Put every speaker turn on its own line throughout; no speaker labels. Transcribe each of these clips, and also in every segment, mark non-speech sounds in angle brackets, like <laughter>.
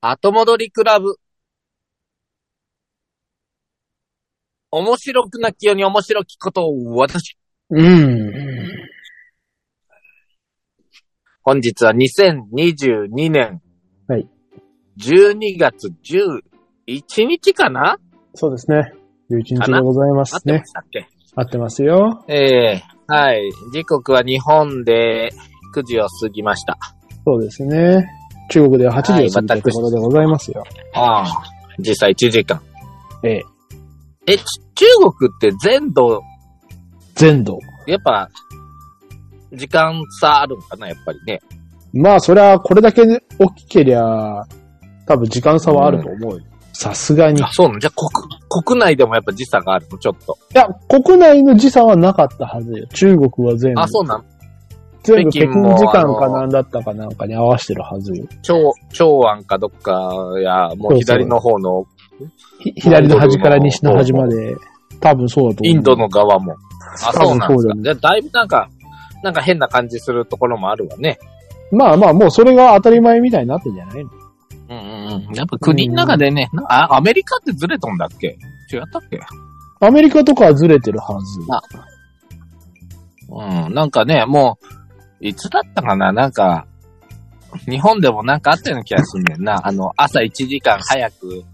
後戻りクラブ。面白くなきように面白きことを私。
うん。
本日は2022年。
はい。
12月11日かな
そうですね。11
か
日
な
でございま
合っ
す
てま
ね。
したっけ、
合ってますよ。
ええはい。時刻は日本で9時を過ぎました。
そうですね。中国では8時
はい
を過ぎたところでございますよ。
ああ。実際1時間。
ええ。
え、ち中国って全土、
全土。
やっぱ、時間差あるんかなやっぱりね。
まあ、そりゃ、これだけ大きけりゃ、多分時間差はあると思うよ。さすがに。い
あ、そうなのじゃあ国、国内でもやっぱ時差があるのちょっと。
や、国内の時差はなかったはずよ。中国は全部。
あ、そうなの
全部
北
北
京
京
も
時間
あ
か
の
なんだったかなんかに合わせてるはずよ。
長、長安かどっかや、もう左の方の
ひ左の端から西の端まで、多分そうだと思
イ
う。
ンドの側も。あ、そうなんで
多分
すか
そうだ。ね
じゃあだいぶなんか、なんか変な感じするところもあるわね。
まあまあ、もうそれが当たり前みたいになってんじゃないの
うんうんうん。やっぱ国の中でね、なあ、アメリカってずれとんだっけ違ったっけ
アメリカとかはずれてるはず。
あうん、なんかね、もう、いつだったかななんか、日本でもなんかあったような気がするんだよな。あの、朝1時間早く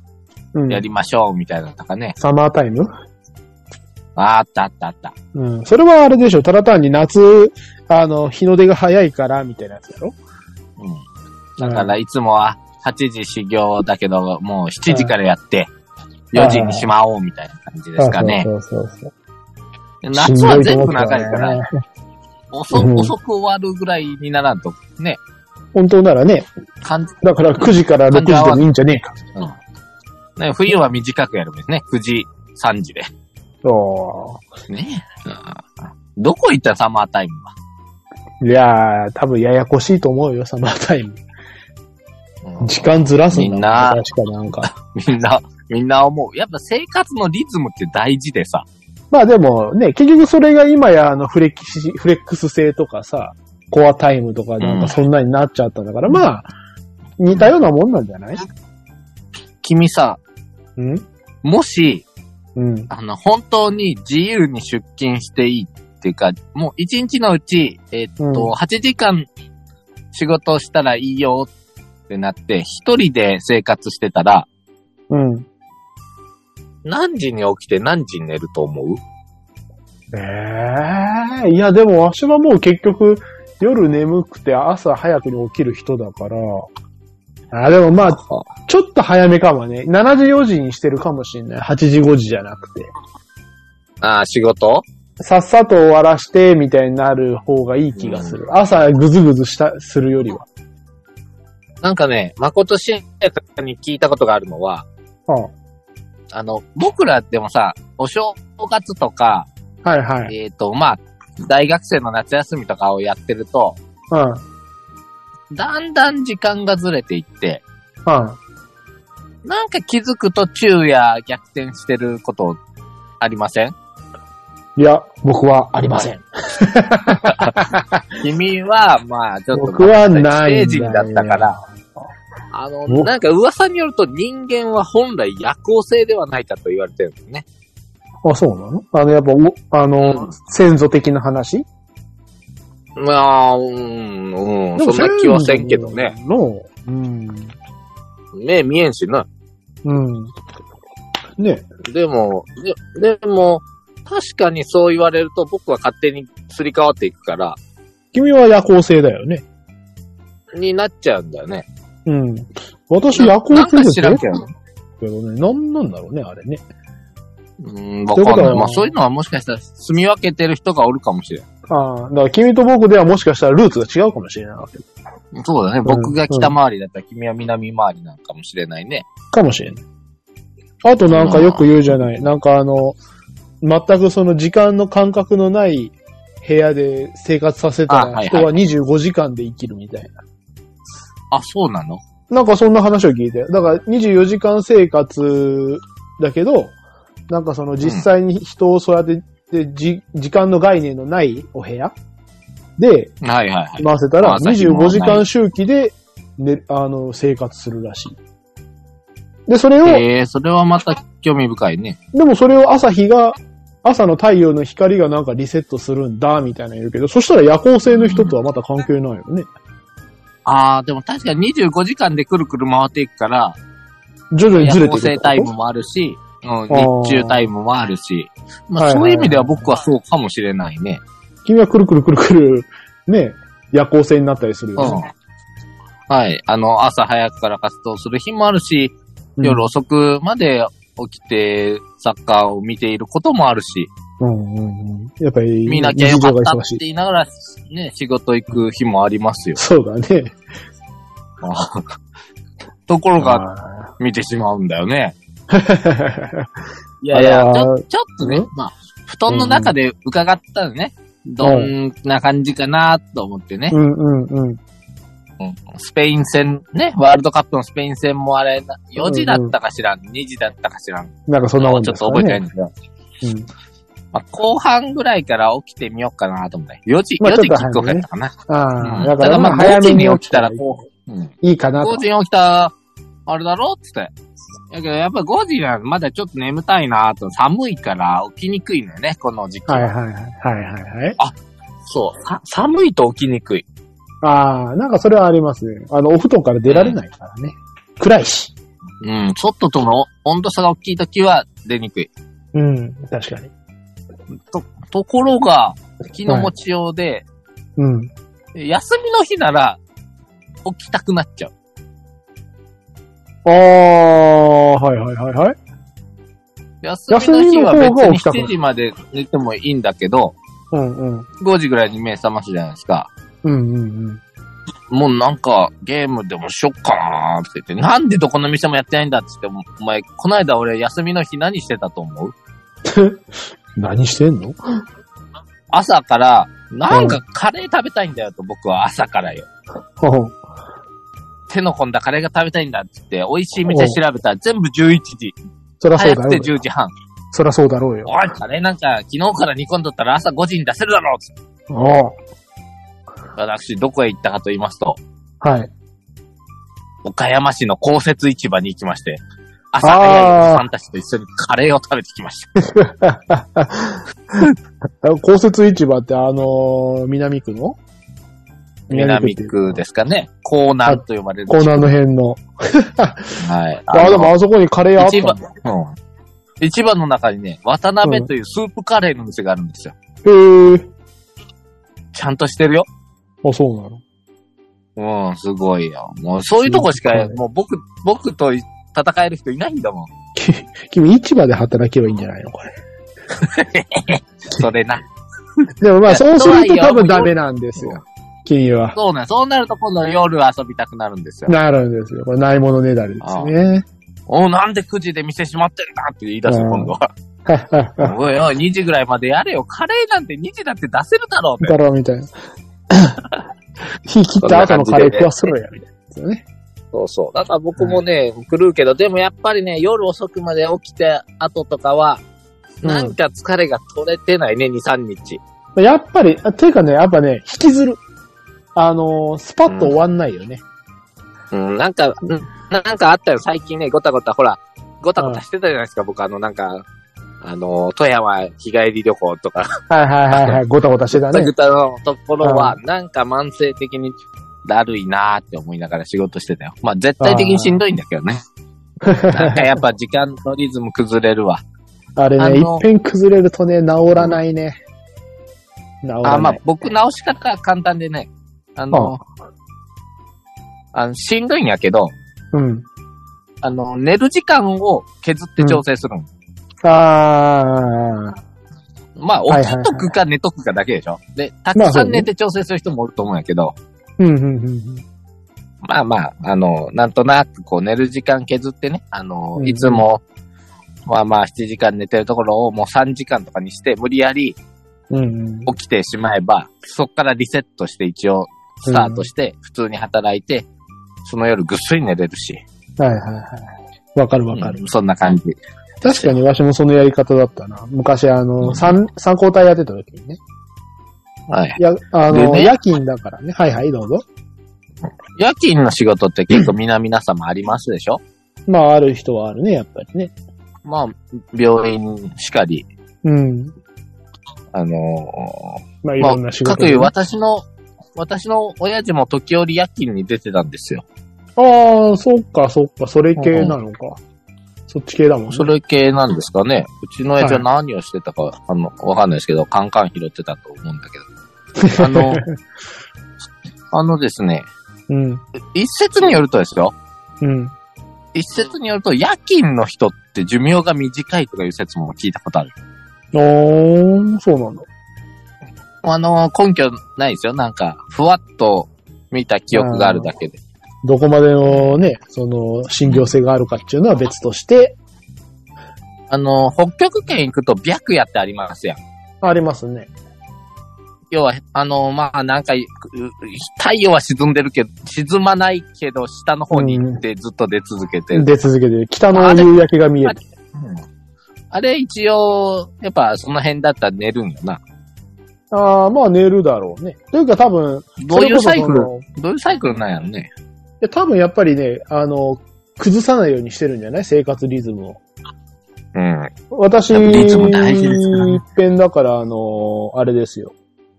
うん
やりましょうみたいなのとかね。
サマータイム
ああったあったあった。
うん。それはあれでしょ。ただ単に夏、あの、日の出が早いから、みたいなやつだろ
うん。だから、いつもは8時始業だけど、もう7時からやって、
うん
4時にしまおうみたいな感じですかね。
そうそうそうそう。
夏は全部長いか
しんどいと思うけどね
ら、遅
うん
遅く終わるぐらいにならんと、ね、
本当ならね、
感じ、
だから9時から6時でもいいんじゃねえか。
うん。ね、冬は短くやるんですね。9時、3時で。
そ
ね、うん、どこ行ったサマータイム
う。いやー、多分ややこしいと思うよ、サマータイム。
は。うん
時間ずらすんだも
みんな
確かなんか。
みんな、みんな思う。やっぱ生活のリズムって大事でさ。
まあでもね、結局それが今やあのフレキシ、フレックス性とかさ、コアタイムとかなん
うん
かそんなになっちゃったんだから、まあ、似たようなもんなんじゃない
君さ、
うん
もし、
うん。
あの、本当に自由に出勤していいっていうか、もう一日のうち、えっと、
うん
8時間仕事をしたらいいよってなって、一人で生活してたら、
うん。
何時に起きて何時に寝ると思う
ええいやでもわしはもう結局、夜眠くて朝早くに起きる人だから、あ、でもまあ、ちょっと早めかもね。7時4時にしてるかもしんない。8時5時じゃなくて。
ああ、仕事
さっさと終わらして、みたいになる方がいい気がする。朝ぐずぐずした、するよりは。
なんかね、誠しやかに聞いたことがあるのは、
は
あの、僕らでもさ、お正月とか、
あ、はいはい。
えっ、と、まあ、大学生の夏休みとかをやってると、
うん。うん。
だんだん時間がずれていって、なんか気づくと昼夜逆転してることありません
いや、僕はありません。。
<laughs> 君は、まあ、ちょっと、
僕はないん
ステー
だ
ジ
よ
だったから、あの、
お
なんか噂によると人間は本来夜行性ではないかと言われてるんですね。
あ、そうなのあの、やっぱ、おあの、
うん
先祖的な話
まあ、うん、うん、そんな気はせんけどね。。
の、うん。
目見えんしな。
うん。ね。
でも、ででも、確かにそう言われると僕は勝手にすり替わっていくから、
君は夜行性だよね。
になっちゃうんだよね。
うん。私、
な
夜行性
なん
で
か
す
知
よ
らんけどね。
けどね。なんなんだろうね、あれね。
うん、わかん
ということ
ない。
は
まあそういうのはもしかしたら住み分けてる人がおるかもしれん。
ああ、だから君と僕ではもしかしたらルーツが違うかもしれないわけ。
そうだね。僕が北回りだったら君は南回りなのかもしれないね。
かもしれない。あとなんかよく言うじゃない。なんかあの、全くその時間の感覚のない部屋で生活させた
あはいは
ら
い
人は25時間で生きるみたいな。
あ、そうなの
なんかそんな話を聞いて。だから24時間生活だけど、なんかその実際に人を育てて、じ時間の概念のないお部屋で
はいはいはい。
回せた
まあ
ら
朝日もない
25時間周期で、ね、あの、生活するらしい。で、それを、
ええそれはまた興味深いね。
でもそれを朝日が、朝の太陽の光がなんかリセットするんだ、みたいなの言うけど、そしたら夜行性の人とはまた関係ないよね。
ああ、でも確かに25時間でくるくる回っていくから、
徐々にずれ
夜行
ていくって
性
こと
タイムもあるし、うん、
ー
日中タイムもあるし、ま
は
あ
いはい
そ
は
う
い
いう意味では僕はそうかもしれないね。
君はくるくるくるくる、ね、夜行性になったりする
うん
よね。。
はい。あの、朝早くから活動する日もあるし、
うん
夜遅くまで起きてサッカーを見ていることもあるし、
うんうんうん。やっぱり、
見なきゃよかったっ
忙
て
しい。
言いながら、ね、仕事行く日もありますよ。 <laughs>
そうだね。
ところが、
あ
見てしまうんだよね。
ー
いやいや
あ、ら
ちょ、ちょっとね
ん、
まあ、布団の中で伺ったらね、どんな感じかなと思ってね
<laughs> う、んうんうん。
うんスペイン戦、ね、ワールドカップのスペイン戦もあれ、4時だったかしらん、2時だったかしらん、
なんかそんなもん
ち
で
ょっ
すか
と覚
ね。
えてないんだけど、
うん
まあ、後半ぐらいから起きてみようかなと思って、4時、
まあ
4時
ち
キ
ょっと
ックオフやったかな。
あ
う
あ、
ん
だからまあ
5
早め
時
に
に
起
起
き
き
た
た
ら
ら
い
こう、うん
いかなと
5。時に起きた、あれだろっつって。だけどやっぱ5時はまだちょっと眠たいなと、寒いから起きにくいのよね、この時期。
はいはいはい。はいはいはい。
そう、さ寒いと起きにくい。
ああ、なんかそれはありますね。あの、お布団から出られないからね。暗いし。
うん、外との温度差が大きい時は出にくい。
うん、確かに。
ところが、気の持ちようで、
うん。
休みの日なら、起きたくなっちゃう。
ああ、はいはいはいはい。
休みの日は
休みの方が起き
別
たくな
に7
る
時まで寝てもいいんだけど、
うんうん。
5時ぐらいに目覚ますじゃないですか。
うんうんうん。
もうなんか、ゲームでもしよっかなーって言って、なんでどこの店もやってないんだって言って、お前、こないだ俺休みの日何してたと思う
<laughs> 何してんの
朝から、なんかカレー食べたいんだよと、僕は朝からよ。手の込んだカレーが食べたいんだって言って、美味しい店調べたら全部11時。
そらそう
早
だ
くて
ろうよ。
10時半。
そらそうだろうよ。
おい、カレーなんか昨日から煮込んどったら朝5時に出せるだろうって
あ
私、どこへ行ったかと言いますと、
あ。はい。
岡山市の公設市場に行きまして、朝早いおじさんたちと一緒にカレーを食べてきました。
公設市場ってあのー南区の
南
っていう
区ですかね。港南と呼ばれる。
コーナーの辺の。
はい。
ああ、でもあそこにカレー屋あったん
市場
だ。、
うん。市場の中にね、渡辺というスープカレーの店があるんですよ。
へえ。
ちゃんとしてるよ。
あ、そうなの。
うん、すごいよ。もう、そういうとこしか
スープカレ、ー
もう僕、僕とい戦える人いないんだもん。
き君、市場で働けばいいんじゃないのこれ。
それな。 <laughs>
でもまあ、そうする
い
と
や
多分ダメなんですよ。君は。
そうね、そうなると今度夜遊びたくなるんですよ。
なるんですよ。これ、ないものねだりです
<laughs>
ね。
おうなんで9時で店閉まってんだって言い出す、
うん
今度は。
だ
おいおい、2時ぐらいまでやれよ。カレーなんて2時だって出せるだろうって。
ろうみたい
<laughs>
な。火切った後のカレー食わせろや、みたいなやつだね。
そうそう。だから僕もね、狂うけど、でもやっぱりね、夜遅くまで起きて後とかは、
うん
なんか疲れが取れてないね、2、3日。
やっぱり、あていうかね、やっぱね、引きずる。あのースパッと終わんないよね。
うん、なんか、うんななんかあったよ、最近ね、ごたごた、ほら、ごたごたしてたじゃないですか、僕、あの、なんか、あの、富山日帰り旅行とか、
はいはいはいはい、ごたごたしてた
ぐた
ね
ぐ。たのところは、なんか慢性的にだるいなーって思いながら仕事してたよ。まあ、絶対的にしんどいんだけど <laughs> ね。なんかやっぱ時間のリズム崩れるわ。
<laughs> あれ
あ
ね、
の
一遍崩れるとね、治らないね。治らない。
あ、まあ、僕直し方は簡単でね、あの、あの、しんどいんやけど、
うん。
あの、寝る時間を削って調整するの。
あ
まあ、起きとくか寝とくかだけでしょ。で、たくさん寝て調整する人もおると思うんやけど、
ー。うん、うん、うん。
まあまあ、あの、なんとなくこう寝る時間削ってね、あの
う、ん
いつも、まあまあ7時間寝てるところをもう3時間とかにして無理やり
うんうん、
起きてしまえば、そっからリセットして一応スタートして普通に働いて、その夜ぐっすり寝れるし。
はいはいはい。わかるわかる。
うんそんな感じ。
確かにわしもそのやり方だったな。昔あ
う
の、
ん
三、三交代やってた時にね。
はい。
や、あの、
でね
夜勤だからね。はいはい、どうぞ。
夜勤の仕事って結構皆皆様ありますでしょ
まあ、ある人はあるね、やっぱりね。
まあ、病院しかり、
うん。
あの
まあ、
ー
い
ま
ろんな
あ、
仕
か
事
く
ね、
いう私の、私の親父も時折夜勤に出てたんですよ。
ああ、そっか、そっか、それ系なのか。そっち系だもんね。
それ系なんですかね。うちの親父は何をしてたか、あの、わかんないですけど、カンカン拾ってたと思うんだけど。あ
<laughs>
の、あのですね、
うん。
一説によるとですよ。
うん。
一説によると、夜勤の人って寿命が短いとかいう説も聞いたことある。
おー、そうなんだ。
あの、根拠ないですよ。なんか、ふわっと見た記憶があるだけで。
どこまでのね、その、信憑性があるかっていうのは別として、
あの、北極圏行くと白夜ってありますやん。
ありますね。
要は、あの、まあ、なんか、う太陽は沈んでるけど、沈まないけど、下の方に行ってずっと出続けてる。
出続けて、北の夕焼けが見える。
あれ一応、やっぱその辺だったら寝るんよな。
ああ、まあ寝るだろうね。というか多分、
どういうサイク
それ
ル
こそその
どういうサイクルなんやろね。
いや多分やっぱりね、あの、崩さないようにしてるんじゃない生活リズムを。
うん。
私、
やっぱリズム大事ですからね
一遍だから、あの、あれですよ。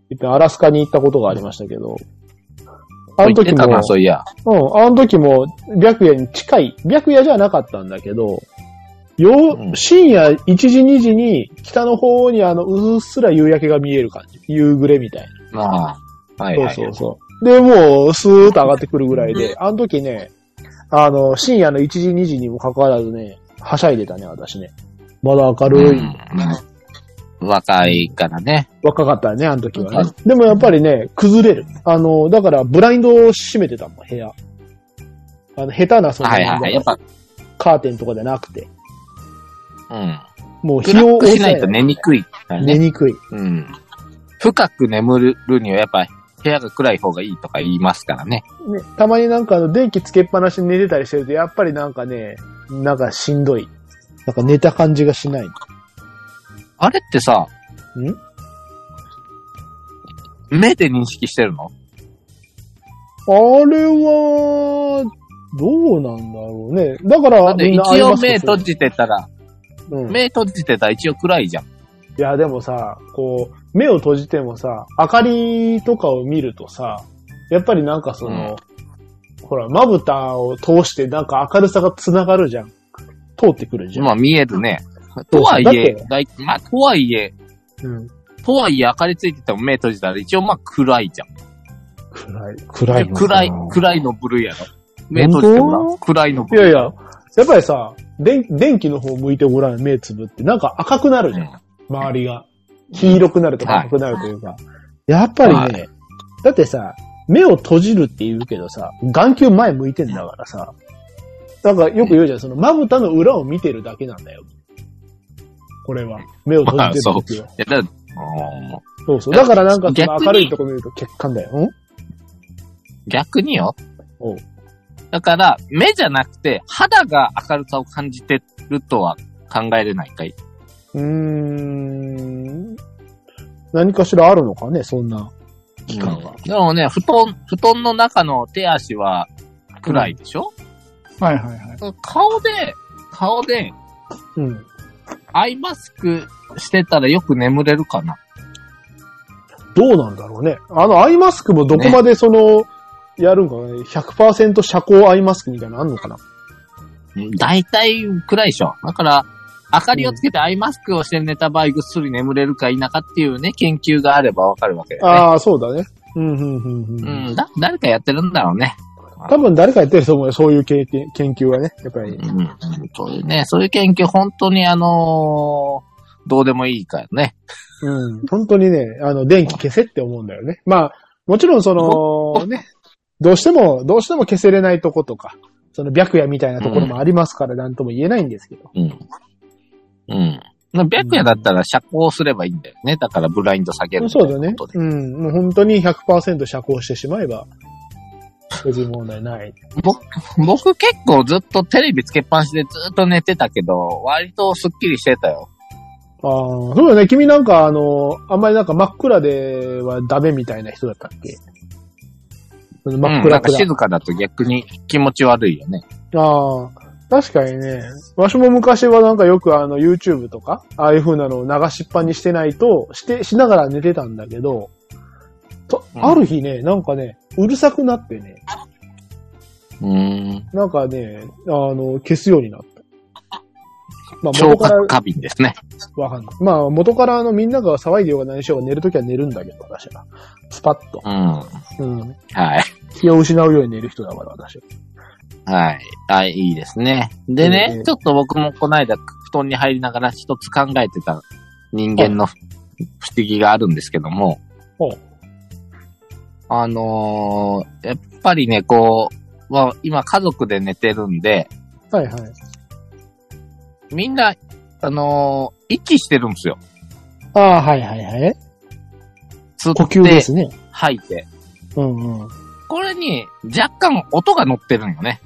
一遍アラスカに行ったことがありましたけど、あの
言っ
時
て
も、
たな、そういや。
うん、あの時も、白夜に近い、白夜じゃなかったんだけど、よ、
うん
深夜1時2時に、北の方にあの、うっすら夕焼けが見える感じ。夕暮れみたいな。
ああ。はい、
そう
はい。
そうそう。で、もう、スーッと上がってくるぐらいで、あの時ね、あの、深夜の1時、2時にもかかわらずね、はしゃいでたね、私ね。まだ明るい。
うん若いからね。
若かったね、あの時はね
は。
でもやっぱりね、崩れる。あの、だから、ブラインドを閉めてたもん、部屋。あの、下手な、その、
はいはいはい。やっぱ、
カーテンとかじゃなくて。
うん。
もう、
ブ
日
ラッ
を
ク
抑え
しないと寝にくいから
寝
ね。
にくい。
うん。深く眠るにはやっぱ部屋が暗い方がいいとか言いますからね。
ね、たまになんかあの電気つけっぱなしに寝てたりしてると、やっぱりなんかね、なんかしんどい。なんか寝た感じがしない。
あれってさ、
ん
目で認識してるの
あれは、どうなんだろうね。だから、
だって
みんなあ
一
りま
応
すよ
目閉、じてたら、
それうんい
目閉じてたら一応暗いじゃん。
や、でもさ、こう、目を閉じてもさ、明かりとかを見るとさ、やっぱりなんかその、ほら、まぶたを通してなんか明るさが繋がるじゃん。通ってくるじゃん。
まあ見えるね。
そ
と
うそ
は
う
い
だっ
え
て、
だいまあとはいえ、
うん。
とはいえ明かりついてても目閉じたら一応まあ暗いじゃん。
暗い。暗いのかな
暗い、暗いの部類やろ。目閉じてもな暗いの部
いや
類。
いや、やっぱりさ、電電気の方向いてごらん、目つぶって。なんか赤くなるじゃん、周りが。黄色くなるとか
はい
赤くなるというか。やっぱりね、
は
だってさ、目を閉じるって言うけどさ、眼球前向いてんだからさ、なんかよく言うじゃん、そのまぶたの裏を見てるだけなんだよ。これは。目を閉じてる時は。
いやだうん
そうそう。だからなんかその
逆に
明るいとこ見ると血管だよ。ん
逆によ
おう。
だから、目じゃなくて、肌が明るさを感じてるとは考えれないかい。
うーん。何かしらあるのかね、そんな期間が。
でもね、布団、布団の中の手足は暗いでしょ、
はいはいはい。
顔で、顔で、
うん。
アイマスクしてたらよく眠れるかな。
どうなんだろうね。あの、アイマスクもどこまでその、やるんかね。100%遮光アイマスクみたいなのあんのかな。
大体暗いでしょ。だから、明かりをつけてアイマスクをして寝た場合ぐっすり眠れるか否かっていうね、研究があればわかるわけだよね。
ああ、そうだね。うん、うん、うん、う。
うんん、だ、誰かやってるんだろうね。
多分誰かやってると思うよ。そういう経験、研究はね。やっぱ
う
り。
ん、うんそういうね、そういう研究本当にあのーどうでもいいからね。
うん。本当にね、あの、電気消せって思うんだよね。まあ、もちろんその、ね、どうしても、どうしても消せれないとことか、その白夜みたいなところもありますから、なんとも言えないんですけど。
うん。うん。白夜だったら遮光すればいいんだよね。だからブラインド下げるみたい
そう
な
だね
こと。で。
うん。もう本当に100%遮光してしまえば、別に問題ない。
僕結構ずっとテレビつけっぱなしでずっと寝てたけど、割とスッキリしてたよ。
ああ、そうだね。君なんか、あの、あんまりなんか真っ暗ではダメみたいな人だったっけその真っ
うん、な
暗
んか
暗、
静かだと逆に気持ち悪いよね。
ああ、確かにね。わしも昔はなんかよくあの YouTube とか、ああいう風なのを流しっぱにしてないと、して、しながら寝てたんだけど、と、
うん
ある日ね、なんかね、うるさくなってね、
うーん。
なんかね、あの、消すようになった。まあ
聴
元から
覚過敏ですね。
わかんない。まあ元からあのみんなが騒いでようが何しようが寝るときは寝るんだけど、私は。スパッと。
うん。は
うん。
い。
気を失うように寝る人だから、私。
はい。あ、いいですね。でね、
うん
ちょっと僕もこの間、布団に入りながら一つ考えてた人間の不思議があるんですけども
ほう、
あのーやっぱりね、こう、まあ、今家族で寝てるんで、
はいはい。
みんな、あのー息してるんですよ。
ああ、はいはいはい。
吸
呼吸で
って
す、ね。
吐いて。
うんうん。
これに若干音が乗ってるんよね。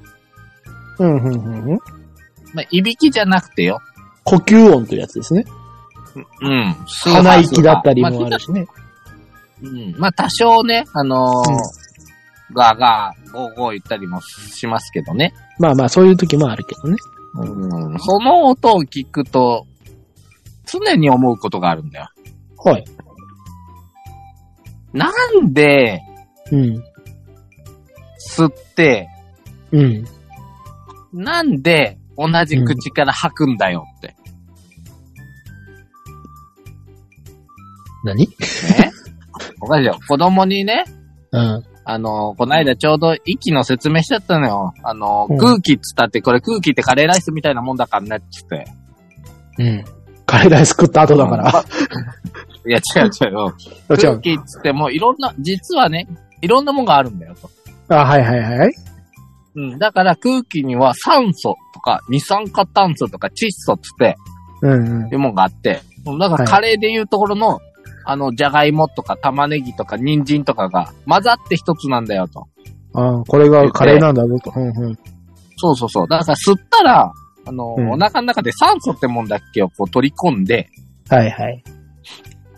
うんうんうん。
まあ、いびきじゃなくてよ。
呼吸音というやつですね。
うん。
鼻息だったり
ま
もあるしね。
うん。まあ、多少ね、あのーガーガー、ゴーゴー言ったりもしますけどね。
まあまあ、そういう時もあるけどね。
うん。その音を聞くと、常に思うことがあるんだよ。
はい。
なんで、
うん。
吸って、
うん。
なんで、同じ口から吐くんだよって。
何
ね。おかしいよ。子供にね、
うん。
あの、この間ちょうど息の説明しちゃったのよ。あの、
うん
空気っつったって、これ空気ってカレーライスみたいなもんだからね、つって。
うん。カレーライス食った後だから。
<laughs> いや、違う違う。
<laughs> 違
空
う。
気っつってもいろんな、実はね、いろんなもんがあるんだよと。
あ、はいはいはい。
うん。だから空気には酸素とか二酸化炭素とか窒素っつって、
うんう
い
ん
うもんがあって、だからカレーでいうところの、あの、じゃがいもとか玉ねぎとか人参とかが混ざって一つなんだよと。。
あーこれがカレーなんだぞと。うんうん。
そうそうそう。だから吸ったら、あの、
うん
お腹の中で酸素ってもんだっけをこう取り込んで、
はいはい。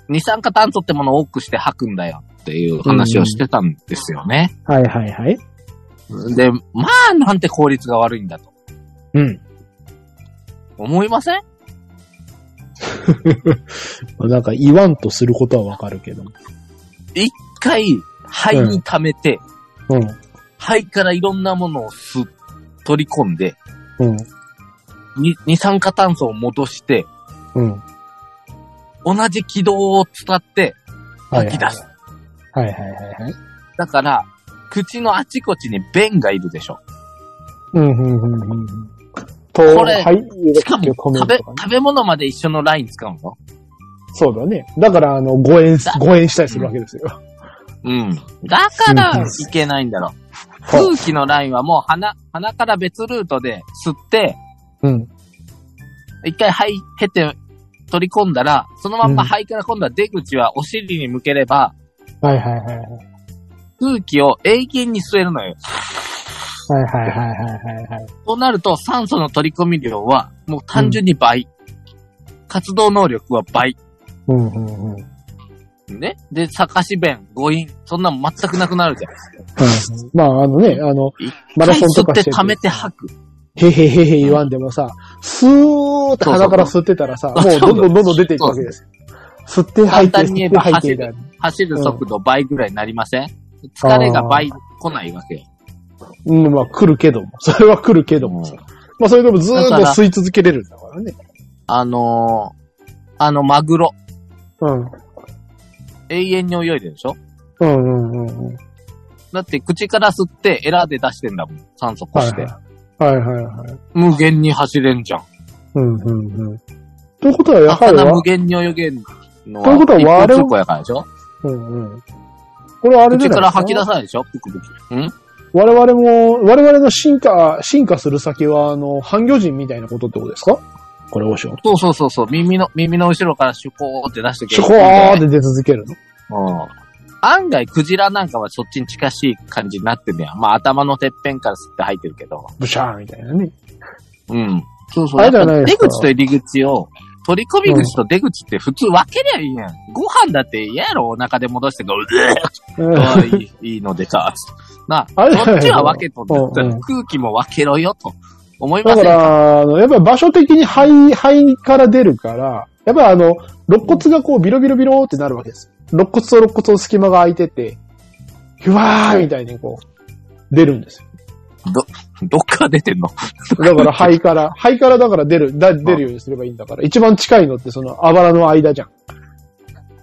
二酸化炭素ってものを多くして吐くんだよっていう話をしてたんですよね。
はいはいはい。
で、まあなんて効率が悪いんだと。
うん。 <laughs>
思いません
なんか言わんとすることはわかるけど。
一回、肺に溜めて、
うん。
肺からいろんなものを吸っ、取り込んで、
うん。
に二酸化炭素を戻して、
うん。
同じ軌道を伝って
はいはい
吐き出す。
はいはいはいはい。
だから、口のあちこちに便がいるでしょ。
うんうんうんうんうん。と、
これ
はい、
しかも、
コメン
食
ト
べ、
とかね。
食べ物まで一緒のライン使うの
そうだね。だから、あの、ご縁、ご縁したりするわけですよ。
うん。だから、
うん
いけないんだろ。
そ
空気のラインはもう鼻、鼻から別ルートで吸って、
うん。
一回肺、経て、取り込んだら、そのまんま肺から今度は出口はお尻に向ければ、
はいはいはいはい。
空気を永遠に吸えるのよ。
はいはいはいはいはいはい。
となると酸素の取り込み量はもう単純に倍。活動能力は倍。
うんうんうん。
ね。で、逆し弁、誤飲、そんなの全くなくなるじゃん。
まあ、あのね、あの、マラソンとか
吸
し
って
て
溜めて吐く。
へへへへ言わんでもさ、スーって鼻から吸ってたらさ、
そうそうそう
もうどんどんどんどん出ていくわけです。吸って吐いて、
簡単に言え
吸って
ば
吐いてみたいな。
走る速度倍ぐらいになりません、疲れが倍来ないわけよ。
うん、まあ来るけども。それは来るけどもさ。まあそれでもずーっと
だから
吸い続けれるんだからね。
あのーあのマグロ、
うん。
永遠に泳いでるでしょ
うんうんうんうん。
だって口から吸ってエラーで出してんだもん。酸素こ
はい
して。
はい。はいはいはい。
無限に走れんじゃん。
うんうんうん。ということは、やはり
魚無
は、
限に泳げんの
ということは
一方
我々
通行やからでしょ
うんうん。これはあれ
口
じゃない
から吐き
です
出
か
さないでしょプクプク。ん
我々も、我々の進化、進化する先は、あの、半魚人みたいなことってことですかこれ、オーション。
そうそうそうそう。耳の、耳の後ろからシュコーって出してく
シ
れ
ュ
る。
コーって出続けるの。
うん。案外、クジラなんかはそっちに近しい感じになってんねや。まあ、頭のてっぺんから吸って入ってるけど。
ブシャーみたいなね。
うん。そうそう。
あれじ
や
ゃ
っ
ない
ぱ
で
出
すか
口と入り口を、取り込み口と出口って普通分けりゃいいやん。ご飯だって嫌やろ、お腹で戻してから、うえ
うん
ああいい、いいのでさ、つってな、
あれ
こっちは分けとんだ
うんうん
空気も分けろよと。思いま
だ
せ
か、
んから
あの、やっぱり場所的に肺、肺から出るから、やっぱりあの、肋骨がこうビロビロビロってなるわけです。肋骨と肋骨の隙間が空いてて、ふわーみたいにこう、出るんですよ。
どっから出てんの
だから肺から、肺からだから出る、だ出るようにすればいいんだから、一番近いのってそのあばらの間じゃん。だか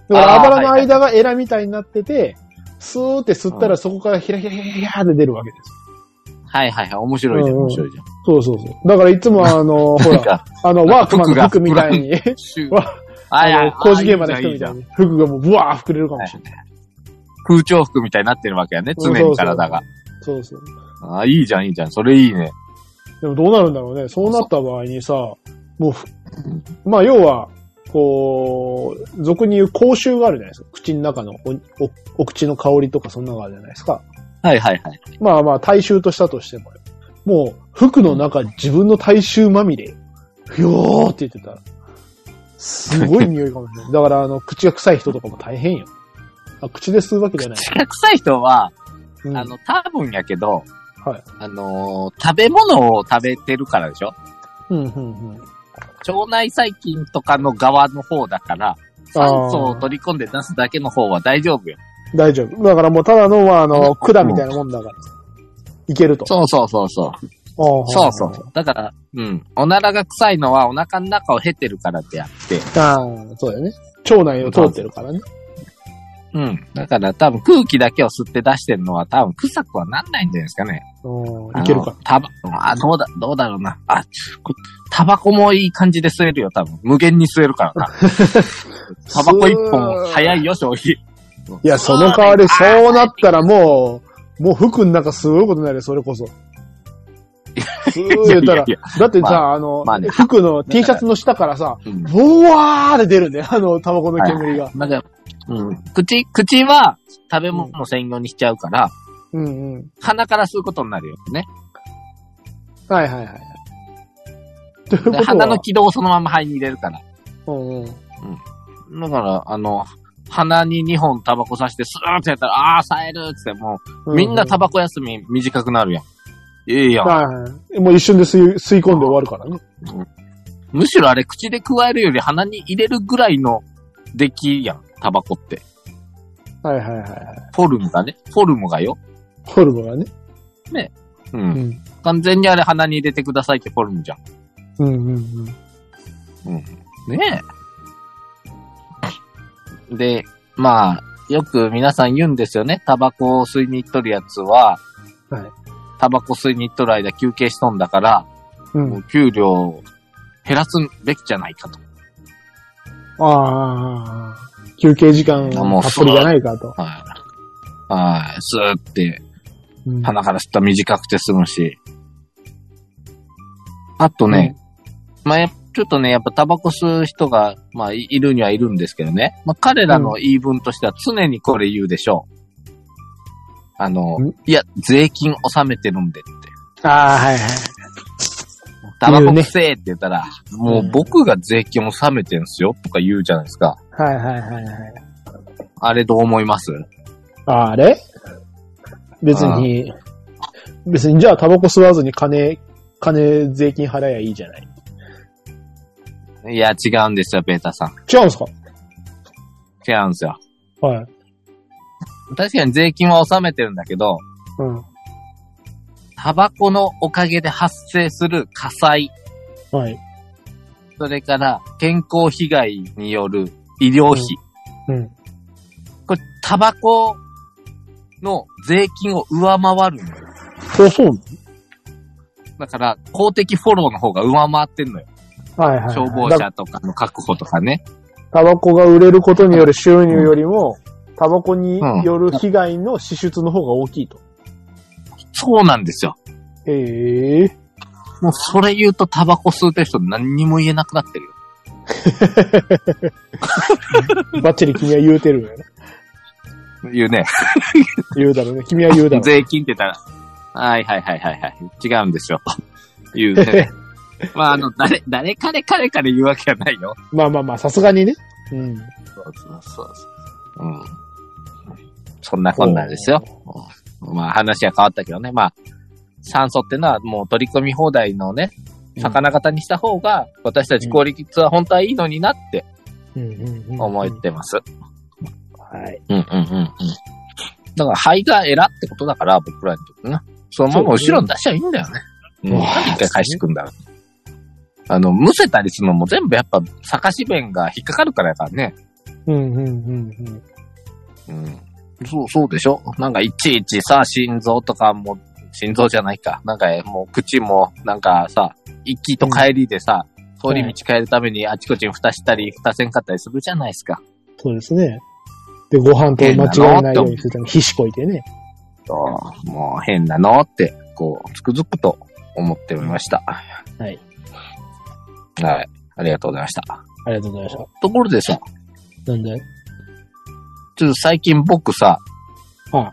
ら
あー
あばらの間がエラみたいになってて、スーって吸ったらそこからひらひらひらひらって出るわけです。
はいはいはい。面白いじゃん、面白いじゃ
そうそうそう。だからいつも
<laughs>
あの、ほ
ん。なん
ら、
か、
あの、ワークマンの服みたいに、
シュー
わ <laughs>
あい
あ
や
の、工事現場の人
いい
み
じ
た
ゃんい
い
い
に、服がもうブワー膨れるかもし
じゃ
れ
ん
ない。
空調服みたいになってるわけやね、常
そう
に
そうそう
体が。
そうそう。
ああ、いいじゃん、いいじゃん。それいいね。
でもどうなるんだろうね。そうなった場合にさ、もうふ、まあ要は、こう、俗に言う口臭があるじゃないですか。口の中のお、お、お口の香りとかそんなのがあるじゃないですか。
はいはいはい。
まあまあ、体臭としたとしてもよ。もう、服の中、自分の体臭まみれ。ふよーって言ってたら、すごい匂いかもしれない。だから、あの、口が臭い人とかも大変よ。あ口で吸うわけじゃない。
口が臭い人は、
うん
あの、多分やけど、
はい
あのー食べ物を食べてるからでしょ
うん、うん、うん。
腸内細菌とかの側の方だから、酸素を取り込んで出すだけの方は大丈夫よ。
大丈夫。だからもうただの、まあ、あの、管みたいなもんだから。いけると。
そうそうそうそう。
そ
そうそうそう。だから、うん。おならが臭いのはお腹の中を経てるからってやって。
ああ、そうだよね。腸内を通ってるからね。
うん。だから多分空気だけを吸って出してるのは多分臭くはなんないんじゃないですかね。
うんいける
あ
か。
の。タバ、あ、どうだ、どうだろうな。あ、こタバコもいい感じで吸えるよ、多分。無限に吸えるから
<laughs>
な。タバコ一本、早いよ、消費。
いや、その代わり、そうなったらもう、もう服の中すごいことになるよ、それこそ。すごい言ったら
いやいやいや。
だって
ま
さ、あの
まあね、
服の T シャツの下からさ、
うん
ブワーって出るんだよ、あの、タバコの煙が。
なんか、うん。口、口は食べ物専用にしちゃうから、
うんうん。
鼻から吸うことになるよね。
はいはいはい。ということ
で
は、
鼻の軌道をそのまま肺に入れるから。
うんうん。
だから、あの、鼻に2本タバコ刺して、スーってやったら、ああー、冴えるっつって、もう、みんなタバコ休み短くなるやん。いいやん。
はいはい。もう一瞬で吸い吸い込んで終わるからね。
むしろあれ、口で加えるより鼻に入れるぐらいの出来やん、タバコって。
はいはいはいはい。
フォルムがね。フォルムがよ。
ホルモンがね。
う。
うんん。
完全にあれ、鼻に入れてくださいってフォルムじゃん。
うんうんうん。
ねえ。で、まあ、よく皆さん言うんですよね。タバコを吸いに行っとるやつは、
はい
タバコ吸いに行っとる間休憩しとんだから、
うん
もう給料を減らすべきじゃないかと。
ああ、休憩時間
あもう
たっぷりじゃないかと。
はい。はい。スーって、
うん
鼻から吸ったら短くて済むし。あとね、まあや、ちょっとね、やっぱタバコ吸う人が、まあ、いいるにはいるんですけどね。まあ、彼らの言い分としては常にこれ言うでしょう。あの
うん、
いや、税金納めてるんでって。
ああ、はいはい。
タバ
言
コ
うね
くせえって言ったら、もううん僕が税金納めてんすよとか言うじゃないですか。
はいはいはいはい。
あれどう思います
あれ別に、別にじゃあタバコ吸わずに金、金税金払えばいいじゃない。
いや、違うんですよ、ペーターさん。
違うんですか
違うんですよ。
はい。
確かに税金は納めてるんだけど、
うん。
タバコのおかげで発生する火災、
はい。
それから健康被害による医療費。
うん。
これ、タバコの税金を上回るのよ。
そうそうな
だから、公的フォローの方が上回ってんのよ。
のはいはいはい。
消防
だ
車とかの確保とかね。
タバコが売れることによる収入よりも、タバコによる被害の支出の方が大きいと。
そうなんですよ。
ええ
もうそれ言うとタバコ吸うてる人何にも言えなくなってるよ。
バッチリ君は言うてるよね。
言うね。
言うだろうね。君は言うだろう。
税金って言ったら、はいはいはいはいはい。違うんですよ。 <laughs> 言う
<laughs>
ね。まあ、あの、誰、誰かれかれかれ言うわけじゃないよ。
まあまあまあ、さすがにね。うん。
そうそうそうそう。うん。そんなこんなですよ。まあ話は変わったけどね。まあ、酸素ってのはもう取り込み放題のね、
うん
魚型にした方が、私たち効率は本当はいいのになって
うんうんうん
思ってます。
はい。
うんうんうんうん。だから肺がエラってことだから、僕らにとってね。そのまま後ろに出しちゃいいんだよね。うん。
う
なんんで一回返してくんだろう。あの、むせたりするのも全部やっぱ、逆し弁が引っかかるからやからね。
うんうんうんうん。
うん。そう、そうでしょなんかいちいちさ、心臓とかも、心臓じゃないか。なんかもう口も、なんかさ、行きと帰りでさ、通り道変えるためにあちこちに蓋したり、蓋せんかったりするじゃないですか。
そうですね。で、ご飯と間違えないようにするために、ひしこいてね。
そうもう変なのって、こう、つくづくと思っておりました。
はい。
はい。ありがとうございました。
ありがとうございまし
ところでさ、
た。なんだよ。
ちょっと最近僕さ、
はい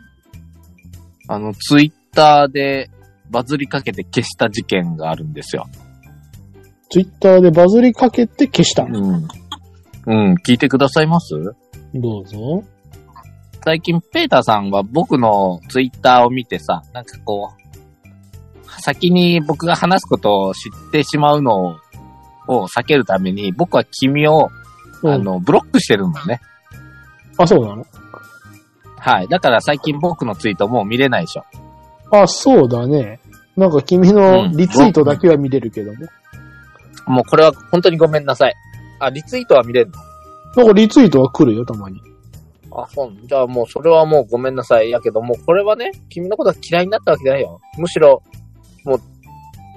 あの、ツイッターでバズりかけて消した事件があるんですよ。
ツイッターでバズりかけて消した。
うん。うん、聞いてくださいます
どうぞ。
最近ペーターさんは僕のツイッターを見てさ、なんかこう、先に僕が話すことを知ってしまうのをを避けるために、僕は君を、
うん
あ、の、ブロックしてるのね。
あ、そうなの
はい。だから最近僕のツイートもう見れないでしょ。
あ、そうだね。なんか君のリツイートだけは見れるけども。
もうこれは本当にごめんなさい。あ、リツイートは見れる
なんかリツイートは来るよ、たまに。
のあ、そう。じゃあもうそれはもうごめんなさい。やけどもうこれはね、君のことは嫌いになったわけじゃないよ。むしろ、もう、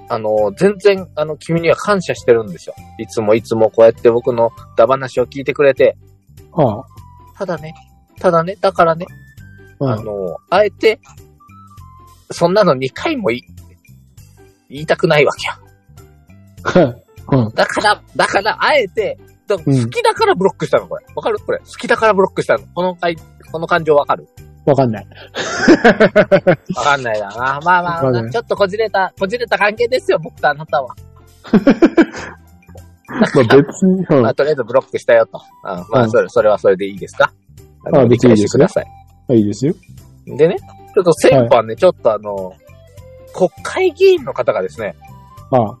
あの、全然、あの、君には感謝してるんですよ。いつもいつもこうやって僕のダ話を聞いてくれて、
ああ。
ただね、ただね、だからね、
うん、
あの、あえて、そんなの2回もい言いたくないわけよ。
うん。
だから、だから、あえて、だ好
<laughs> うん
きだからブロックしたの、これ。わかるこれ。好きだからブロックしたの。この回、この感情わかる
わかん
<laughs>
ない。
わかんないだな。まあま
わか
あ
んない
ちょっとこじれた、こじれた関係ですよ、僕とあなたは。
まあ別に、うん
まあ、とりあえずブロックしたよと。うん、ま
う
あ、
ん
それ、それはそれでいいですか
あ
の理
別
解
にいい
し
で
て
す
く
ね
ださい。
いいですよ。
でね、ちょっと先般ね、ちょっとあの、国会議員の方がですね、
ああ。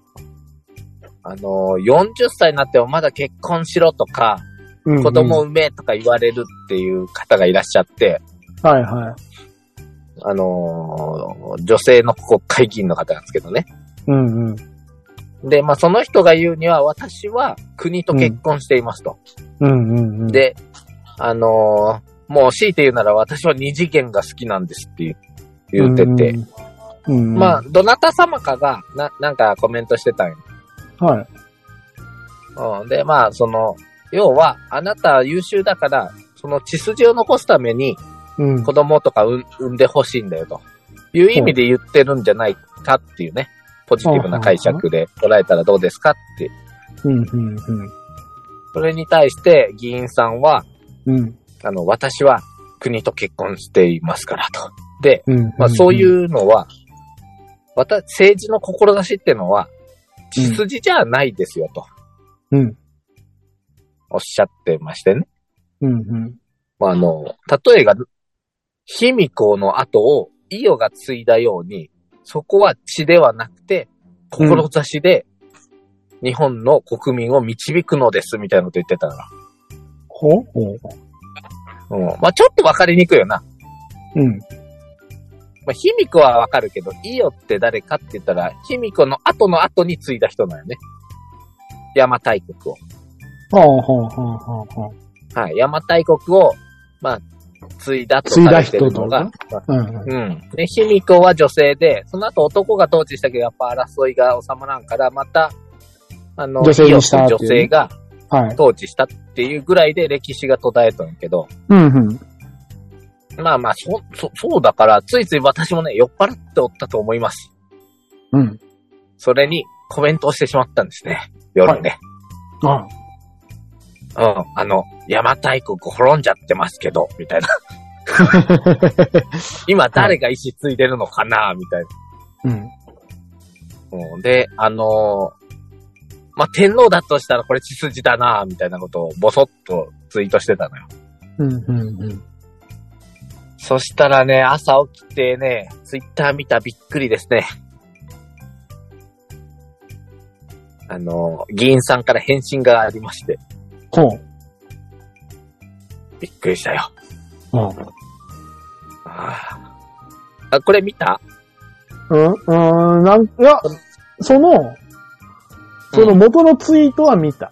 あの、40歳になってもまだ結婚しろとか、
うんうん
子供産めとか言われるっていう方がいらっしゃって、
はいはい。
あのー女性の国会議員の方なんですけどね。
うんうん。
で、まあ、その人が言うには、私は国と結婚していますと。
うんうんうん。、
で、あのーもう強いて言うなら私は二次元が好きなんですっていう言ってて。。
うんうん。
まあ、どなた様かが、な、なんかコメントしてたんよ。
あ、はい。
うん、で、まあ、その、要は、あなたは優秀だから、その血筋を残すために
うん。
子供とか産産んでほしいんだよという意味で言ってるんじゃないかっていうね、ポジティブな解釈で捉えたらどうですかっていう。
うんうん
それに対して議員さんは、
うん。うん。
あの、私は国と結婚していますからと。で、
うん。。
まあそういううのは、また政治の志ってのは、血筋じゃないですよと
うん。
おっしゃってましてね。
うんうん。
まああの、例えが、卑弥呼の後を伊予が継いだように、そこは血ではなくて、
うん
志で日本の国民を導くのですみたいなこと言ってたから。
ほうほう。
うん。まあちょっとわかりにくいよな。
うん。
まあ卑弥呼はわかるけど、伊予って誰かって言ったら、卑弥呼の後の後に継いだ人なんよね。邪馬台国を。
はあはあはあはあは
はい、邪馬台国を、まあ、継いだと
継い
さ
だ
れてる
人と
のが
か、。うんうん。
うん。で、卑弥呼は女性で、その後男が統治したけど、やっぱ争いが収まらんから、また、あの、
女性にした
伊
っ
予
てい
と
う
女性が
はい。
統治したっていうぐらいで歴史が途絶えたんやけど、
うんうん。
まあまあ、そ、そ、そうだから、ついつい私もね、酔っ払っておったと思います。
うん。
それに、コメントをしてしまったんですね。夜ね。
あ
うん。あの、邪馬台国滅んじゃってますけど、みたいな。今誰が石継いでるのかな、みたいな。
うん。
うん、で、あのーまあ、天皇だとしたらこれ血筋だなみたいなことをボソッとツイートしてたのよ。
うんうんうん。
そしたらね、朝起きてね、ツイッター見たびっくりですね。あの、議員さんから返信がありまして、
ほう。
びっくりしたよ。
うん。
あーあ、これ見た
うん、うん、なん、いや、その、その元のツイートは見た。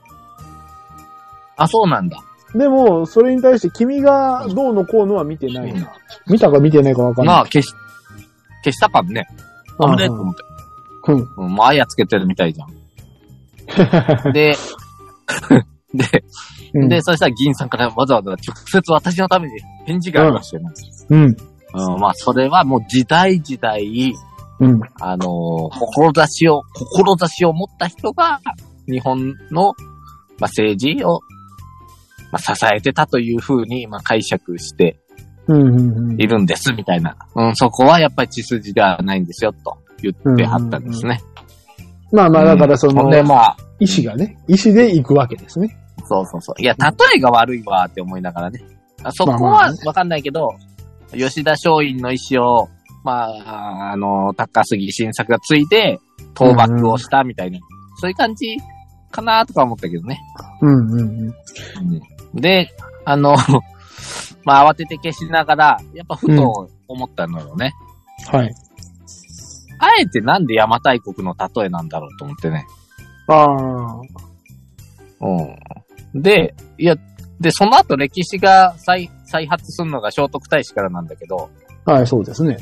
あ、そうなんだ。
でも、それに対して君がどうのこうのは見てないな。見たか見てないかわかんない。
まあ、消し、消したかもね。あぶねえと思って。
うんうん
うん、もうあやつけてるみたいじゃん。
<laughs>
で、で、
うん。
で、そしたら議員さんからわざわざ直接私のために返事がありましたよね。
うん。
うん、まあ、それはもう時代時代、
うん。
あのー志を、志を持った人が、日本の、まあ、政治を、まあ、支えてたというふうに、まあ、解釈して
うん。うん。
いるんです、みたいな。うん、そこはやっぱり血筋ではないんですよ、と言ってはったんですね。
まあまあ、だからそ
ほ
の
ん、で、まあ、
意思がね、意思で行くわけですね。
そうそうそう。いや、例えが悪いわって思いながらね。あそこ
まあまあ
は
ね
わかんないけど、吉田松陰の意思を、まあ、あの、高杉晋作がついて、倒幕をしたみたいな、そういう感じかなとか思ったけどね。
うんうんうん。
で、あの、 <laughs> まあ、慌てて消しながら、やっぱふと思ったのよね。
はい。
あえてなんで邪馬台国の例えなんだろうと思ってね。
ああ。
うん。で、いや、で、その後歴史が再再発するのが聖徳太子からなんだけど、
はい、そうですね。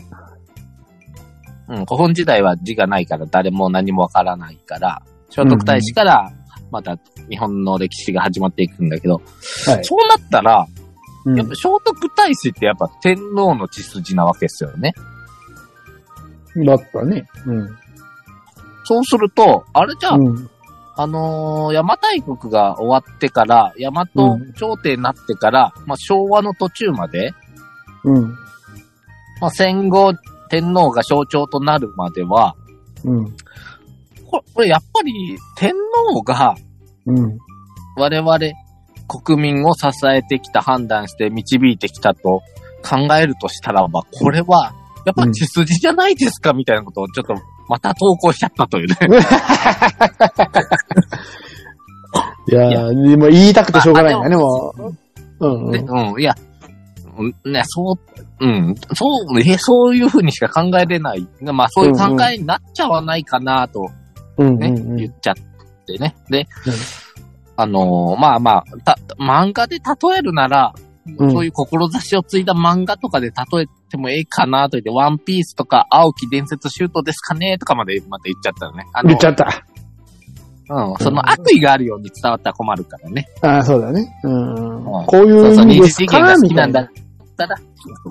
うん、古墳時代は字がないから誰も何もわからないから、聖徳太子からまた日本の歴史が始まっていくんだけど、
はい。
そうなったら、
う
やっぱ聖徳太子ってやっぱ天皇の血筋なわけですよね。
ん。だったね。うん。
そうすると、あれじゃあ、
うん。
あのー、邪馬台国が終わってから、大和朝廷になってから、まあ昭和の途中まで、
うん。
まあ、戦後、天皇が象徴となるまでは、
うん。
これ、これやっぱり天皇が
うん。
我々国民を支えてきた、判断して導いてきたと考えるとしたらば、これは、やっぱ血筋じゃないですかみたいなことをちょっとまた投稿しちゃったというね。
いやー、もう言いたくてしょうがないんだね、
まあ
もう。うんうん。
で <laughs> うん、いや、うんね、そう、うん、そう、え、そういうふうにしか考えれない。まあそういう考えになっちゃわないかなと
うんう
ね、
んう
言
ん。
っちゃってね。で、
うん
あのーまあまあ、た、漫画で例えるなら、
うん
そういう志を継いだ漫画とかで例えてもええかなと言って、ワンピースとか、青き伝説シュートですかねとかまで、また言っちゃったよね。あの
言っちゃった。
うん、その悪意があるように伝わったら困るからね。
ああ、そうだね。うん
うん。
こうい
そう
う
そう、
意味
二
です
次元
か
が好
み
き
た
ないんだっ
な。
たら、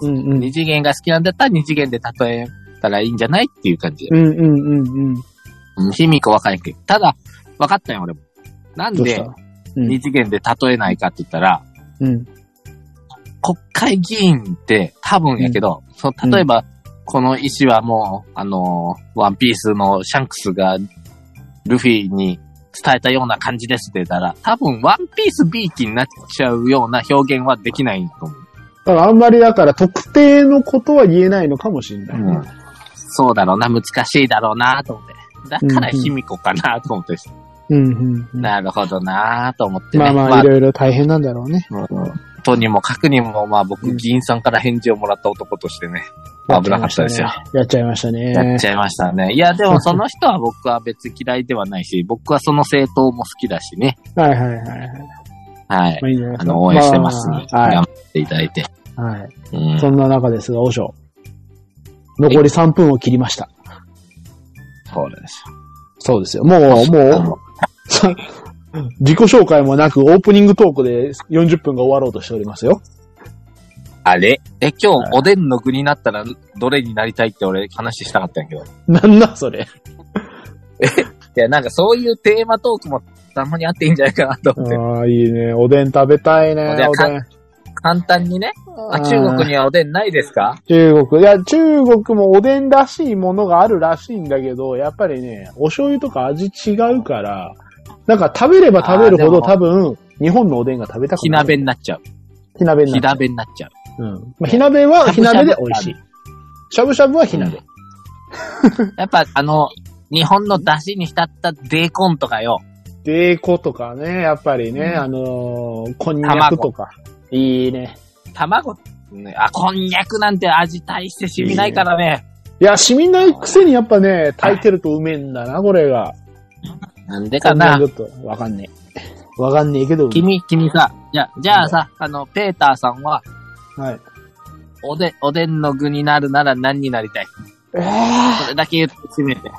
うんうん。
二次元が好きなんだったら二次元で例えたらいいんじゃないっていう感じで。
うんうんうんうん。
うん、卑弥呼わかんないけど。ただ、わかったよ、俺も。なん
どうし
で
た、うん
二次元で例えないかって言ったら、
うん。
国会議員って多分やけど、その例えば、この石はもう、あのーワンピースのシャンクスがルフィに伝えたような感じですって言ったら、多分ワンピース B 機になっちゃうような表現はできないと思う。
だからあんまりだから特定のことは言えないのかもしれない。
そうだろうな、難しいだろうなと思って。だから卑弥呼かなと思って、
うんうんうん。
なるほどなと思ってね。
まあまあ、いろいろ大変なんだろうね。
とにもかくにも、まあ僕、議員さんから返事をもらった男としてね、危なかったですよ。
やっちゃいましたね。
やっちゃいましたね。いや、でもその人は僕は別嫌いではないし、僕はその政党も好きだしね。
はいはいは
は
い。
い
ま。あいいんじゃないで
あ
すか。
の、応援してますね。
まあ
頑張
は
っていただいて。
い。はい。
うん。
そんな中ですが、おしょ。残り3分を切りました。
そうです。
そうですよ。もう、もう、さ自己紹介もなくオープニングトークで40分が終わろうとしておりますよ。 <laughs>
あれえ、今
は
日おでんの具になったらどれになりたいって俺話したかったんやけど。い
なんだそれ。
や、なんかそういうテーマトークもたまにあっていいんじゃないかなと思って。
ああ、いいね。おでん食べたいね。お
お
で
で
ん
ん。簡単にね。あ、中国にはおでんないですか
中国。いや、中国もおでんらしいものがあるらしいんだけど、やっぱりね、お醤油とか味違うから、なんか食べれば食べるほど
あーでも
多分、日本のおでんが食べたく
火
なる。
鍋になっちゃう。
火鍋に
火
なる。
鍋になっちゃう。
うん。まあ、火鍋は火鍋で美味しい。しゃぶしゃぶは火鍋。
やっぱあの、日本の出汁に浸ったデーコンとかよ。
デーコとかね、やっぱりね、
うん
あのーこんにゃくとか。いいね。
卵、ねあ、こんにゃくなんて味大して染みないからね。
いや、染みないくせにやっぱね、炊いてるとうめえんだな、これが。
なんでかな
こん。にゃくとわかんねえ。わかんねえけどうめえ
君、君さ、じゃ、じゃあさ、あの、ペーターさんは、
はい。
おで、おでんの具になるなら何になりたい
えー、
それだけ言って締めて。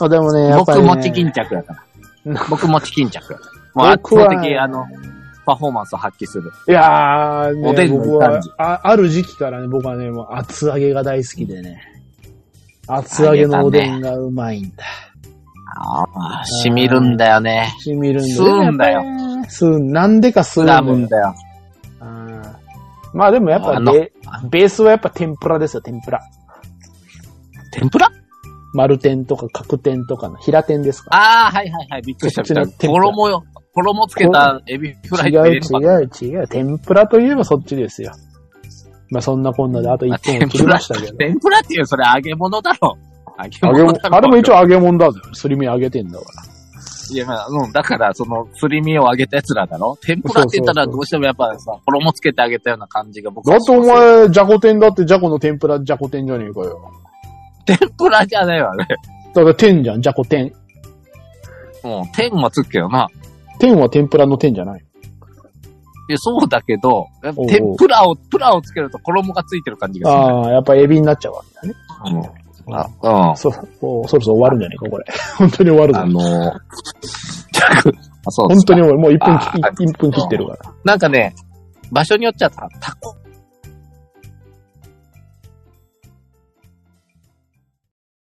あでもね、やっぱ
僕
り、ね。
もち巾着や
<laughs>
から。僕もち巾着やから。もう圧
僕は
倒的、あの、パフォーマンスを発揮する。
いやー、ね、
おでんの
僕は
感じ
あ、ある時期からね、僕はね、もう厚揚げが大好きでね。厚揚げのおでんがうまいんだ。
ああ、染みるんだよね。
染みるんだ
吸うんだよ。
吸う、なんでか吸うん
ラ
だよ。
ムんだよ。
うんまあでもやっぱ
あの
ベ、ベースはやっぱ天ぷらですよ、天ぷら。
天ぷら
丸天とか角天とかの平天ですか
ああ、はいはいはい。びっくりした。びっくりした
天ぷら
衣よ。衣つけたエビフライ
違
って入れ
う違
るのか
う違う。天ぷらといえばそっちですよ。まあそんなこんなであと1
あ
本切りましたけ
<laughs>
ど。
天ぷらっていう、それ揚げ物だろ。揚
揚
げ
げ
物
も
だろ。
あれも一応揚げ物だぜ。すり身揚げてんだから。
いや、まあ、うん、だから、その、すり身を揚げた奴らだろ天ぷらって言ったら、
そうそうそう
どうしてもやっぱさ、衣つけてあげたような感じが僕
だってお
しますよ、
前、じゃこ天だってじゃこの天ぷらじゃこ天じゃねえかよ。
天ぷらじゃねえわね。
だから天じゃん、じゃこ天。
もう、天はつくけどな。
天は天ぷらの天じゃない。
いや、そうだけど、やっぱ
おうおう
天ぷらを、プラをつけると衣がついてる感じがする。
ああ、やっぱエビになっちゃうわけだね。
うん。あ、うん。
そう、もうそろそろ終わるんじゃねえか、これ。 <laughs> 本当に終わるぞ
あ。の
<laughs>
ー、あそうっ
本
すか
当に俺もう1分
あー
き、一分切ってるから。
なんかね、場所によっちゃた、タコ